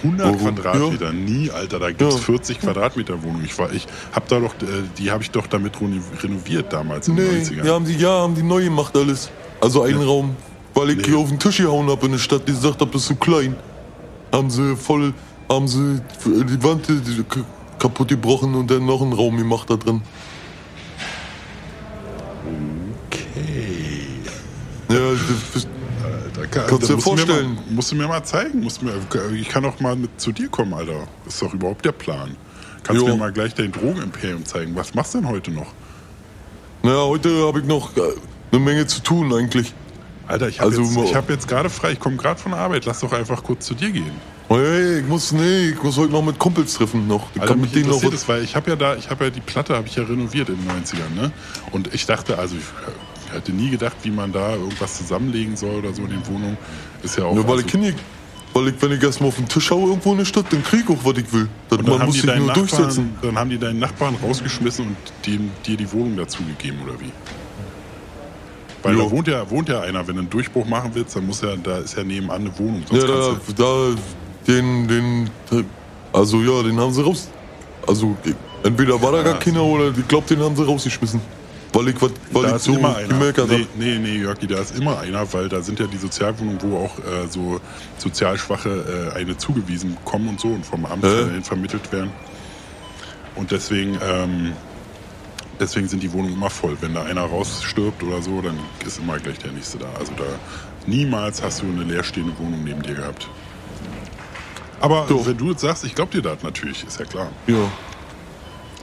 S1: 100
S2: Warum?
S1: Quadratmeter, nie, Alter, da gibt es
S2: Ja.
S1: 40 Quadratmeter Wohnung. Ich war, ich hab da doch, äh, die habe ich doch damit reno- renoviert damals in den
S2: Nee,
S1: 90ern.
S2: ja haben, die, ja, haben die neu gemacht alles. Also einen Raum. Weil ich
S1: Nee.
S2: hier auf den Tisch gehauen hab in der Stadt, die gesagt hab, das ist zu klein. Haben sie voll, haben sie die Wand die- k- kaputt gebrochen und dann noch einen Raum gemacht da drin.
S1: Okay.
S2: Ja, das,
S1: Alter, kann,
S2: Kannst
S1: musst
S2: du dir
S1: du mir
S2: vorstellen?
S1: Mal, musst du mir mal zeigen. Musst du mir, ich kann doch mal mit zu dir kommen, Alter. Ist doch überhaupt der Plan. Kannst du
S2: Jo.
S1: mir mal gleich dein Drogenimperium zeigen. Was machst du denn heute noch?
S2: naja, heute habe ich noch äh, eine Menge zu tun eigentlich.
S1: Alter, ich habe
S2: Also,
S1: jetzt,
S2: mo-
S1: ich hab jetzt gerade frei. Ich komme gerade von der Arbeit. Lass doch einfach kurz zu dir gehen.
S2: Hey, Oh, ich muss, nee, ich muss heute noch mit Kumpels treffen noch. Ich
S1: Alter,
S2: kann
S1: mich
S2: mit denen noch
S1: interessiert
S2: was-
S1: es, weil ich habe ja da, ich habe ja die Platte, habe ich ja renoviert in den 90ern, ne? Und ich dachte, also ich hätte nie gedacht, wie man da irgendwas zusammenlegen soll oder so in den Wohnungen. Ist ja auch.
S2: Ja, weil
S1: also,
S2: ich kenn ich, weil ich, wenn ich erstmal auf den Tisch haue irgendwo in der Stadt, dann krieg ich auch, was ich will. Das,
S1: und dann,
S2: man
S1: haben
S2: muss
S1: die
S2: sich
S1: deinen
S2: nur durchsetzen.
S1: Nachbarn, dann haben die deinen Nachbarn rausgeschmissen und dem, dir die Wohnung dazu gegeben, oder wie? Weil
S2: Jo.
S1: da wohnt ja, wohnt ja einer. Wenn du einen Durchbruch machen willst, dann muss ja, da ist ja nebenan eine Wohnung. sonst
S2: Ja, da,
S1: kannst
S2: da, den, den, also ja, den haben sie raus. Also entweder war da gar keiner oder ich glaube, den haben sie rausgeschmissen. Weil ich, was-
S1: du,
S2: weil
S1: da
S2: ich
S1: ist
S2: so
S1: immer einer.
S2: gemerkt
S1: Nee,
S2: habe.
S1: nee, nee, Jörgi, da ist immer einer, weil da sind ja die Sozialwohnungen, wo auch äh, so sozial Schwache äh, eine zugewiesen kommen und so und vom Amt
S2: Hä?
S1: äh? vermittelt werden. Und deswegen, ähm, deswegen sind die Wohnungen immer voll. Wenn da einer rausstirbt oder so, dann ist immer gleich der nächste da. Also da niemals hast du eine leerstehende Wohnung neben dir gehabt. Aber
S2: Doch.
S1: wenn du jetzt sagst, ich glaube dir das natürlich, ist ja klar.
S2: Ja.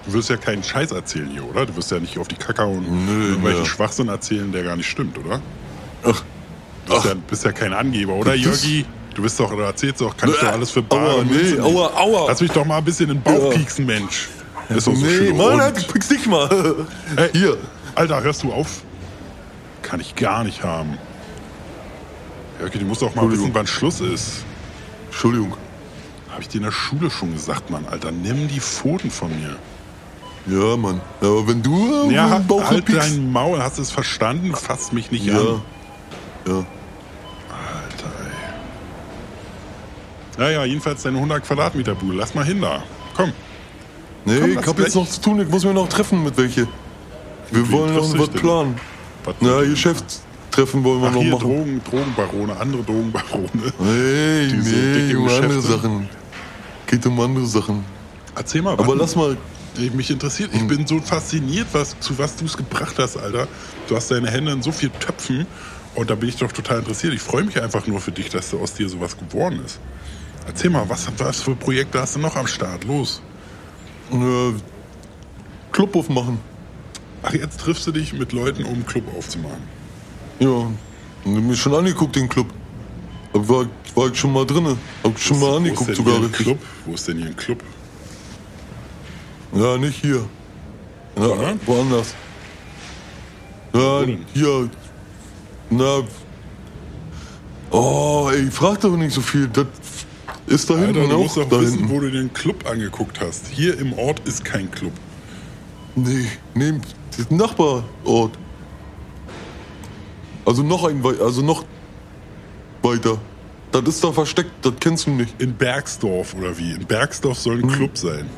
S1: Du wirst ja keinen Scheiß erzählen hier, oder? Du wirst ja nicht auf die Kacke hauen
S2: Nö,
S1: und irgendwelchen
S2: nö.
S1: Schwachsinn erzählen, der gar nicht stimmt, oder?
S2: Ach,
S1: Du bist, ja, bist ja kein Angeber, oder,
S2: Das-
S1: Jörgi? Du bist doch, oder erzählst doch, kannst
S2: Äh,
S1: du alles für bare
S2: aua,
S1: Münze
S2: nee,
S1: nehmen.
S2: aua, aua.
S1: Lass mich doch mal ein bisschen in den Bauch
S2: Ja.
S1: pieksen, Mensch. Ist doch so
S2: nee,
S1: schön.
S2: Mann,
S1: rund.
S2: halt, ich pick's dich mal.
S1: Hey,
S2: Hier.
S1: Alter, hörst du auf? Kann ich gar nicht haben. Jörgi, du musst doch mal
S2: Entschuldigung.
S1: wissen, wann Schluss ist.
S2: Entschuldigung.
S1: Habe ich dir in der Schule schon gesagt, Mann, Alter. Nimm die Pfoten von mir.
S2: Ja, Mann. Ja, Aber wenn du äh,
S1: Ja,
S2: den Bauch
S1: halt
S2: piekst-
S1: dein Maul, hast du es verstanden? Fass mich nicht
S2: Ja.
S1: an.
S2: Ja.
S1: Alter, ey. Naja, jedenfalls deine 100 Quadratmeter Bude. Lass mal hin da. Komm.
S2: Nee,
S1: Komm, lass
S2: ich hab jetzt
S1: gleich.
S2: noch zu tun, ich muss mir noch treffen mit welche. Wir
S1: Wen
S2: wollen
S1: triffst
S2: noch
S1: du
S2: was
S1: dich denn?
S2: planen.
S1: Was
S2: Na, Geschäftstreffen wollen wir
S1: Ach,
S2: noch
S1: hier,
S2: machen.
S1: Drogen, Drogenbarone, andere Drogenbarone.
S2: Nee,
S1: Diese
S2: nee,
S1: dicke
S2: um andere
S1: Geschäfte.
S2: Sachen. Geht um andere Sachen.
S1: Erzähl mal,
S2: Aber
S1: was-
S2: lass Hm. mal.
S1: Ich, mich interessiert, ich bin so fasziniert, was, zu was du es gebracht hast, Alter. Du hast deine Hände in so viel Töpfen und da bin ich doch total interessiert. Ich freue mich einfach nur für dich, dass du aus dir sowas geworden ist. Erzähl mal, was, was für Projekte hast du noch am Start? Los.
S2: Äh, Club aufmachen.
S1: Ach, jetzt triffst du dich mit Leuten, um einen Club aufzumachen.
S2: Ja. Und ich hab mir schon angeguckt, den Club. Aber War, war ich schon mal drinne. Hab ich schon mal
S1: Wo
S2: angeguckt
S1: ist denn hier
S2: sogar
S1: ein
S2: richtig.
S1: Club? Wo ist denn hier ein Club?
S2: Ja, nicht hier. Ja,
S1: Sondern?
S2: woanders. Ja,
S1: denn?
S2: hier. Na. Oh, ey, frag doch nicht so viel. Das ist da hinten
S1: Alter, du
S2: auch.
S1: musst doch
S2: Hm, genau, Da
S1: wissen,
S2: hinten.
S1: wo du den Club angeguckt hast. Hier im Ort ist kein Club.
S2: Nee, nee, das ist ein Nachbarort. Also noch ein wei- also noch weiter. Das ist da versteckt, das kennst du nicht.
S1: In Bergsdorf oder wie? In Bergsdorf soll
S2: Hm.
S1: ein Club sein.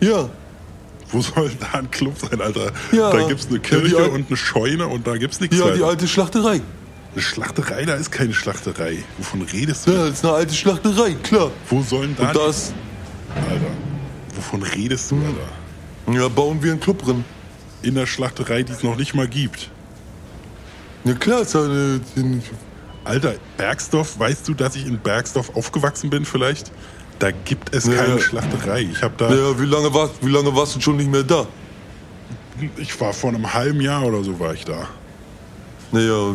S2: Ja,
S1: Wo soll da ein Club sein, Alter?
S2: Ja.
S1: Da gibt's eine
S2: Ja, die
S1: Kirche
S2: Al-
S1: und eine Scheune und da gibt's nichts
S2: ja, die
S1: weiter.
S2: alte Schlachterei.
S1: Eine Schlachterei, da ist keine Schlachterei. Wovon redest du?
S2: Ja, das ist eine alte Schlachterei, klar.
S1: Wo sollen da,
S2: Und Hm. da ist,
S1: Alter? Wovon redest du, Alter?
S2: ja, bauen wir einen Club drin.
S1: In der Schlachterei, die es noch nicht mal gibt.
S2: Ja klar, ist ja eine, die-
S1: Alter, Bergsdorf, weißt du, dass ich in Bergsdorf aufgewachsen bin vielleicht? Da gibt es
S2: Ja,
S1: keine
S2: ja.
S1: Schlachterei. Ich habe da,
S2: naja, wie lange warst, wie lange warst du schon nicht mehr da?
S1: ich war vor einem halben Jahr oder so war ich da.
S2: Naja,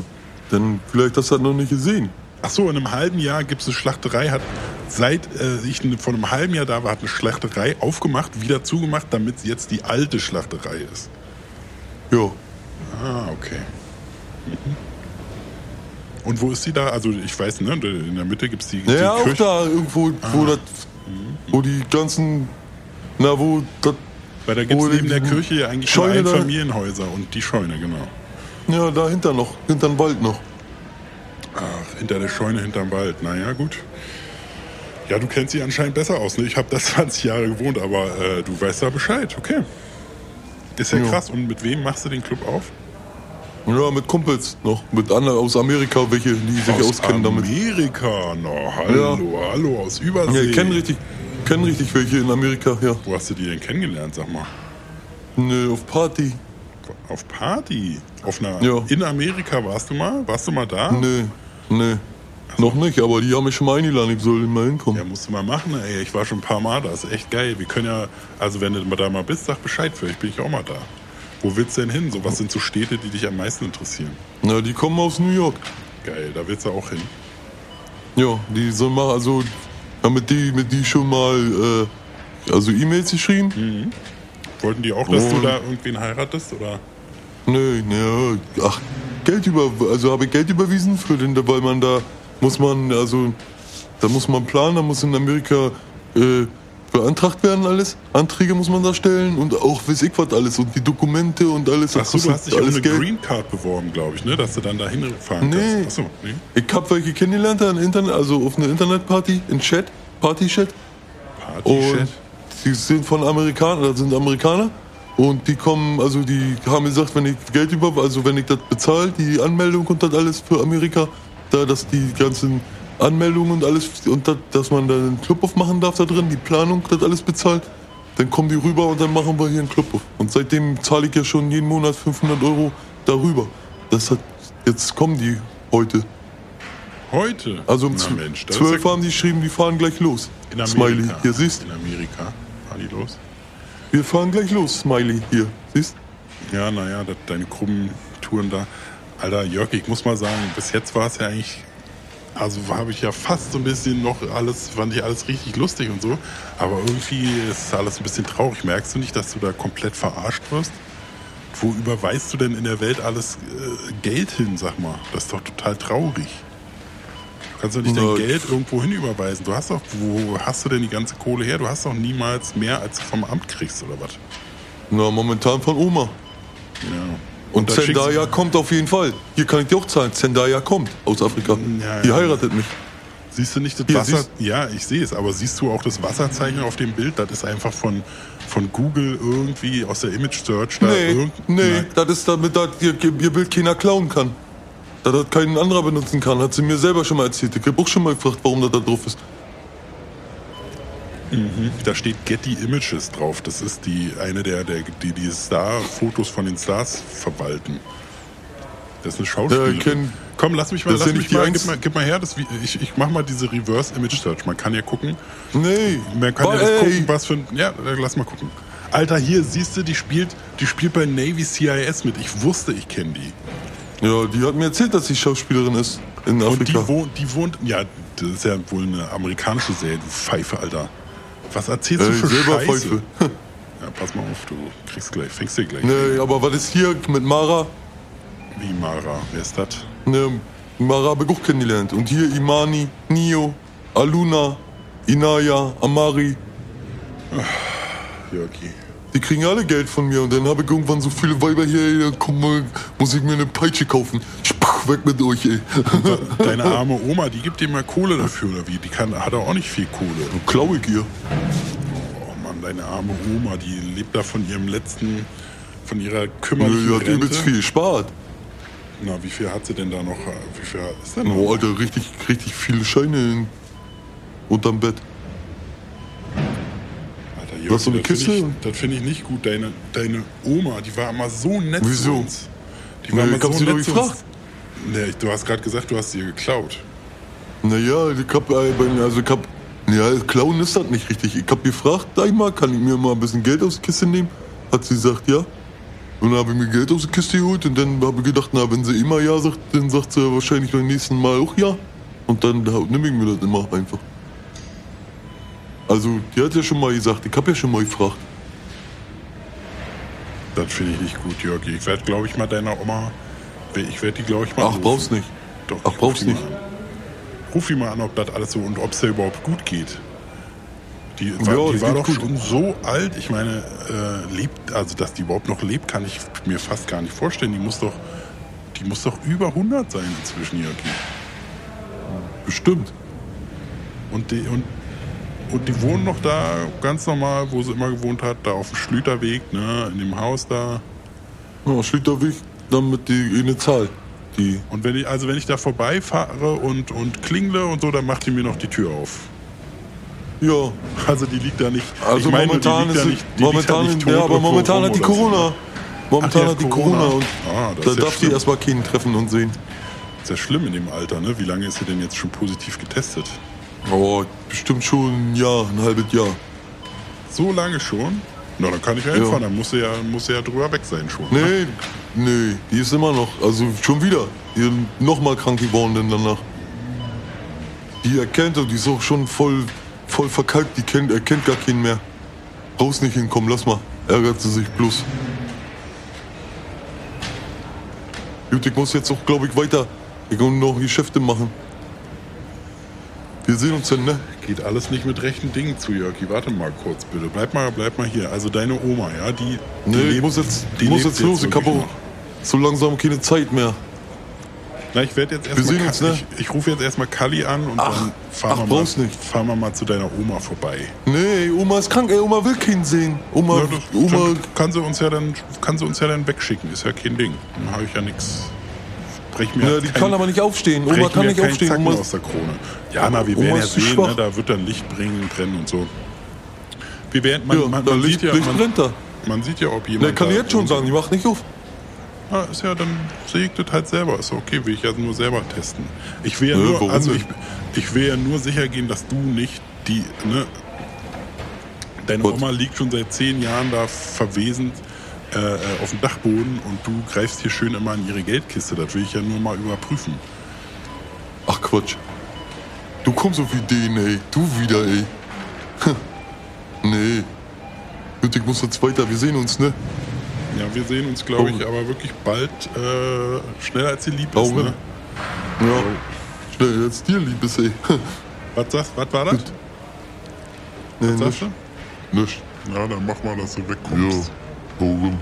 S2: dann vielleicht hast du das noch nicht gesehen.
S1: Ach so, in einem halben Jahr gibt es eine Schlachterei, hat seit äh, ich ne- vor einem halben Jahr da war, hat eine Schlachterei aufgemacht, wieder zugemacht, damit es jetzt die alte Schlachterei ist.
S2: Ja,
S1: Ah, okay. Mhm. Und wo ist die da? Also ich weiß, ne, in der Mitte gibt es die,
S2: naja,
S1: die
S2: auch da irgendwo, wo das, wo die ganzen, na wo das,
S1: Weil da gibt es
S2: wo
S1: neben der
S2: die-
S1: Kirche ja eigentlich
S2: Scheune
S1: nur
S2: da-
S1: Einfamilienhäuser und die Scheune, genau.
S2: Ja, dahinter noch, hinterm Wald noch.
S1: Ach, hinter der Scheune, hinterm Wald. Naja, gut. Ja, du kennst sie anscheinend besser aus. Ne? Ich habe da 20 Jahre gewohnt, aber äh, du weißt da Bescheid. Okay. Ist ja,
S2: Ja.
S1: krass. Und mit wem machst du den Club auf?
S2: Ja, mit Kumpels noch. Mit anderen aus Amerika, welche, die sich
S1: aus
S2: auskennen damit.
S1: Amerika noch. Hallo, hallo, aus Übersee.
S2: Ja, ich kenne richtig, kenn richtig welche in Amerika, ja.
S1: Wo hast du die denn kennengelernt, sag mal?
S2: Nö, auf Party.
S1: Auf Party? Auf einer.
S2: Ja. Hm.
S1: In Amerika warst du mal? Warst du mal da?
S2: Nö, nö. Noch nicht, aber die haben mich schon mal eingeladen, ich soll mal hinkommen.
S1: Ja, musst du mal machen, ey. Ich war schon ein paar Mal da. Ist echt geil. Wir können ja, also wenn du mal da mal bist, sag Bescheid, vielleicht bin ich auch mal da. Wo willst du denn hin? So, was sind so Städte, die dich am meisten interessieren?
S2: Na, die kommen aus New York.
S1: Geil, da willst du auch hin.
S2: Ja, die sollen mal, also, damit die, mit die schon mal, äh, also E-Mails geschrieben.
S1: Wollten die auch, dass du
S2: Oh.
S1: da irgendwen heiratest? Oder?
S2: Nö, nö, ach, Geld über, also habe ich Geld überwiesen für den, weil man da muss man, also da muss man planen, da muss in Amerika äh, beantragt werden alles, Anträge muss man da stellen und auch weiß ich was alles und die Dokumente und alles.
S1: Achso,
S2: das
S1: du hast dich um eine
S2: Geld.
S1: Green Card beworben, glaube ich, ne? Dass du dann da hinfahren
S2: Nee.
S1: kannst. Achso, nee.
S2: Ich hab welche kennengelernt, an Internet, also auf einer Internetparty, in Chat, Party-Chat.
S1: Party-Chat.
S2: Und die sind von Amerikanern, das sind Amerikaner. Und die kommen, also die haben gesagt, wenn ich Geld über, also wenn ich das bezahle, die Anmeldung und das alles für Amerika, da dass die ganzen Anmeldungen und alles und das, dass man da einen Club aufmachen darf da drin, die Planung, das alles bezahlt, dann kommen die rüber und dann machen wir hier einen Club auf. Und seitdem zahle ich ja schon jeden Monat 500 Euro darüber. Das hat, jetzt kommen die heute.
S1: Heute.
S2: Also um
S1: Na
S2: zw-
S1: Mensch, das
S2: 12
S1: ist ja
S2: haben die geschrieben, die fahren gleich los.
S1: in Amerika.
S2: Smiley, hier siehst,
S1: In Amerika. Party los.
S2: wir fahren gleich los, Smiley, hier, siehst.
S1: Ja, naja, das- deine krummen Touren da. Alter, Jörg, ich muss mal sagen, bis jetzt war es ja eigentlich. Also habe ich ja fast so ein bisschen noch alles, fand ich alles richtig lustig und so. Aber irgendwie ist alles ein bisschen traurig. Merkst du nicht, dass du da komplett verarscht wirst? Wo überweist du denn in der Welt alles äh, Geld hin, sag mal? Das ist doch total traurig. Du kannst doch nicht
S2: Na,
S1: dein Geld irgendwo hin überweisen. Du hast doch, wo hast du denn die ganze Kohle her? Du hast doch niemals mehr, als du vom Amt kriegst, oder was?
S2: Na, momentan von Oma.
S1: Ja.
S2: Und,
S1: dann schickst du-
S2: Zendaya kommt auf jeden Fall. Hier kann ich dir auch zahlen. Zendaya kommt aus Afrika.
S1: ja.
S2: Die heiratet mich.
S1: Siehst du nicht das
S2: Hier,
S1: Wasser?
S2: siehst-
S1: ja, ich sehe es, aber siehst du auch das Wasserzeichen auf dem Bild? Das ist einfach von, von Google irgendwie aus der Image Search da
S2: Nee,
S1: irgend-
S2: nee,
S1: Äh, Nein.
S2: das ist damit das ihr, ihr Bild keiner klauen kann. Da das kein anderer benutzen kann, hat sie mir selber schon mal erzählt. Ich hab auch schon mal gefragt, warum das da drauf ist.
S1: Da steht Getty Images drauf. Das ist die eine der, der die, die Star-Fotos von den Stars verwalten. Das ist eine Schauspielerin.
S2: Ja, kenn-
S1: Komm, lass mich mal,
S2: Das
S1: lass
S2: sind
S1: mich
S2: nicht die
S1: mal,
S2: einz-
S1: gib mal, gib mal her. Das, Vi- ich, ich mach mal diese Reverse Image Search. Man kann ja gucken.
S2: Nee,
S1: Man kann ja
S2: Oh, Ey,
S1: das gucken, was für ein. Ja, äh, lass mal gucken. Alter, hier siehst du, die spielt, die spielt bei Navy CIS mit. Ich wusste, ich kenne die.
S2: Ja, die hat mir erzählt, dass sie Schauspielerin ist in
S1: Und die
S2: Afrika.
S1: wohnt, die wohnt, ja, das ist ja wohl eine amerikanische Serie, du Pfeife, Alter. Was erzählst du
S2: Äh,
S1: für
S2: selber
S1: Scheiße?
S2: Pfeife.
S1: Ja, pass mal auf, du kriegst gleich, fängst dir gleich.
S2: Nee, aber was ist hier mit Mara?
S1: Wie Mara, wer ist das?
S2: Ne, Mara habe ich auch kennengelernt. Und hier Imani, Nio, Aluna, Inaya, Amari.
S1: Jörgi.
S2: Die kriegen alle Geld von mir und dann habe ich irgendwann so viele Weiber hier, ey, dann komm mal, muss ich mir eine Peitsche kaufen. Spach, weg mit euch, ey.
S1: Deine arme Oma, die gibt dir mal Kohle dafür, oder wie? Die kann, hat doch auch nicht viel Kohle.
S2: Klaue ich ihr.
S1: Oh Mann, deine arme Oma, die lebt da von ihrem letzten, von ihrer kümmerlichen
S2: Die hat
S1: Rente.
S2: übelst viel gespart.
S1: Na, wie viel hat sie denn da noch? Wie viel ist denn noch?
S2: Boah, Oh, Alter, richtig, richtig viele Scheine in, unterm Bett.
S1: Alter, Jörg,
S2: Was, so eine
S1: das finde
S2: Kiste?
S1: Ich, das finde ich nicht gut. Deine, deine Oma, die war immer so nett zu
S2: Wieso?
S1: uns. Die war
S2: Nee,
S1: immer
S2: ich hab
S1: so
S2: sie doch
S1: nett zu
S2: gefragt.
S1: uns. Nee, ich- du hast gerade gesagt, du hast sie ihr geklaut.
S2: Naja, ich hab, äh, bei- also ich hab, ja, klauen ist das nicht richtig. Ich hab gefragt, einmal, kann ich mir mal ein bisschen Geld aus der Kiste nehmen? Hat sie gesagt, ja. Und dann habe ich mir Geld aus der Kiste geholt und dann habe ich gedacht, na, wenn sie immer ja sagt, dann sagt sie wahrscheinlich beim nächsten Mal auch ja. Und dann nehme ich mir das immer einfach. Also, die hat ja schon mal gesagt, ich hab ja schon mal gefragt.
S1: Das finde ich nicht gut, Jörg. Ich werde, glaube ich, mal deiner Oma. Ich werde die, glaube ich, mal.
S2: Ach,
S1: anrufen.
S2: brauchst nicht.
S1: Doch,
S2: Ach,
S1: ich ruf
S2: brauchst
S1: die mal
S2: nicht.
S1: an. Ruf sie mal an, ob das alles so und ob es dir überhaupt gut geht. Die war,
S2: Ja,
S1: die
S2: die
S1: war
S2: geht
S1: doch
S2: gut.
S1: schon so alt. Ich meine, äh, lebt, also dass die überhaupt noch lebt, kann ich mir fast gar nicht vorstellen. Die muss doch, die muss doch über 100 sein inzwischen, Jörg.
S2: Bestimmt.
S1: Und die, und, und die wohnen noch da ganz normal, wo sie immer gewohnt hat, da auf dem Schlüterweg, ne, in dem Haus da.
S2: Ja, Schlüterweg, dann mit die, eine Zahl. Die,
S1: Und wenn ich, also wenn ich da vorbeifahre und, und klingle und so, dann macht die mir noch die Tür auf.
S2: ja,
S1: Also die liegt da nicht.
S2: also
S1: ich meine, die
S2: momentan
S1: liegt
S2: ist
S1: da
S2: es-
S1: nicht, die
S2: momentan,
S1: liegt da nicht tot
S2: ja, aber
S1: irgendwo
S2: momentan
S1: rum
S2: hat die
S1: oder so.
S2: Corona.
S1: Ach,
S2: Momentan
S1: die
S2: hat die
S1: hat
S2: Corona,
S1: Corona.
S2: und
S1: Ah, das
S2: da
S1: ist ja
S2: darf
S1: schlimm.
S2: die erstmal keinen treffen und sehen.
S1: Ist ja schlimm in dem Alter, ne? Wie lange ist sie denn jetzt schon positiv getestet?
S2: Oh, bestimmt schon ein Jahr, ein halbes Jahr.
S1: So lange schon? Na, dann kann ich ja hinfahren. Dann muss sie ja, muss sie ja drüber weg sein schon. ne?
S2: Nee, nee, die ist immer noch, also schon wieder. Die nochmal krank geworden denn danach. Die erkennt und die ist auch schon voll, voll verkalkt, die kennt, erkennt gar keinen mehr. Raus nicht hinkommen, lass mal. Ärgert sie sich bloß. Gut, ich muss jetzt auch, glaube ich, weiter. Ich muss noch Geschäfte machen. Wir sehen uns dann, ne?
S1: Geht alles nicht mit rechten Dingen zu, Jörgi. Warte mal kurz, bitte. Bleib mal, bleib mal hier. Also deine Oma, ja, die. die
S2: Nee, ich
S1: lebt-
S2: muss jetzt,
S1: die
S2: muss
S1: lebt
S2: jetzt los. Ich
S1: wirklich
S2: habe auch
S1: noch.
S2: so langsam keine Zeit mehr.
S1: Na, ich werde jetzt
S2: sehen
S1: erstmal.
S2: uns, ne?
S1: Ich, ich rufe jetzt erstmal Kalli an und
S2: Ach,
S1: dann
S2: ach,
S1: fahren wir, mal,
S2: brauchst nicht.
S1: fahren wir mal zu deiner Oma vorbei.
S2: Nee, ey, Oma ist krank, ey, Oma will keinen sehen. Oma,
S1: Ja, das-
S2: Oma,
S1: dann kann sie uns ja dann kann sie uns ja dann wegschicken, ist ja kein Ding. Dann habe ich ja nichts. Brech mir
S2: ja, die
S1: kein-
S2: kann aber nicht aufstehen.
S1: brech
S2: Oma kann
S1: mir
S2: nicht
S1: keinen
S2: aufstehen.
S1: Zacken
S2: Oma,
S1: aus der Krone. Ja, na, wir
S2: Oma
S1: werden ja
S2: ist zu
S1: sehen,
S2: schwach.
S1: ne, da wird dann Licht bringen, brennen und so. Wir werden man,
S2: Ja,
S1: man,
S2: da
S1: man
S2: Licht-
S1: sieht ja
S2: Licht
S1: man,
S2: brennt da.
S1: man sieht ja ob jemand
S2: ne, kann
S1: da
S2: ich jetzt schon sagen, die macht nicht auf.
S1: Ah, ist ja, dann sehe ich das halt selber. Ist okay, will ich ja nur selber testen. Ich will ja
S2: Nö,
S1: nur,
S2: warum
S1: also ich,
S2: denn?
S1: ich will ja nur sicher gehen, dass du nicht die, ne, deine
S2: Gut.
S1: Oma liegt schon seit zehn Jahren da verwesend äh, äh, auf dem Dachboden und du greifst hier schön immer in ihre Geldkiste. Das will ich ja nur mal überprüfen.
S2: Ach Quatsch. Du kommst auf Ideen, ey. Du wieder, ey. nee. Gut, ich muss jetzt weiter. Wir sehen uns, ne?
S1: Ja, wir sehen uns, glaube ich,
S2: Oh.
S1: aber wirklich bald äh, schneller als sie lieb ist.
S2: Augen.
S1: Ne?
S2: Ja. Schnell, jetzt dir, liebes, ey.
S1: Was, sagst, was war das?
S2: nee,
S1: Sagst
S2: nicht.
S1: du?
S2: Nicht.
S1: Ja, dann mach mal, dass du wegkommst.
S2: Ja. Augen.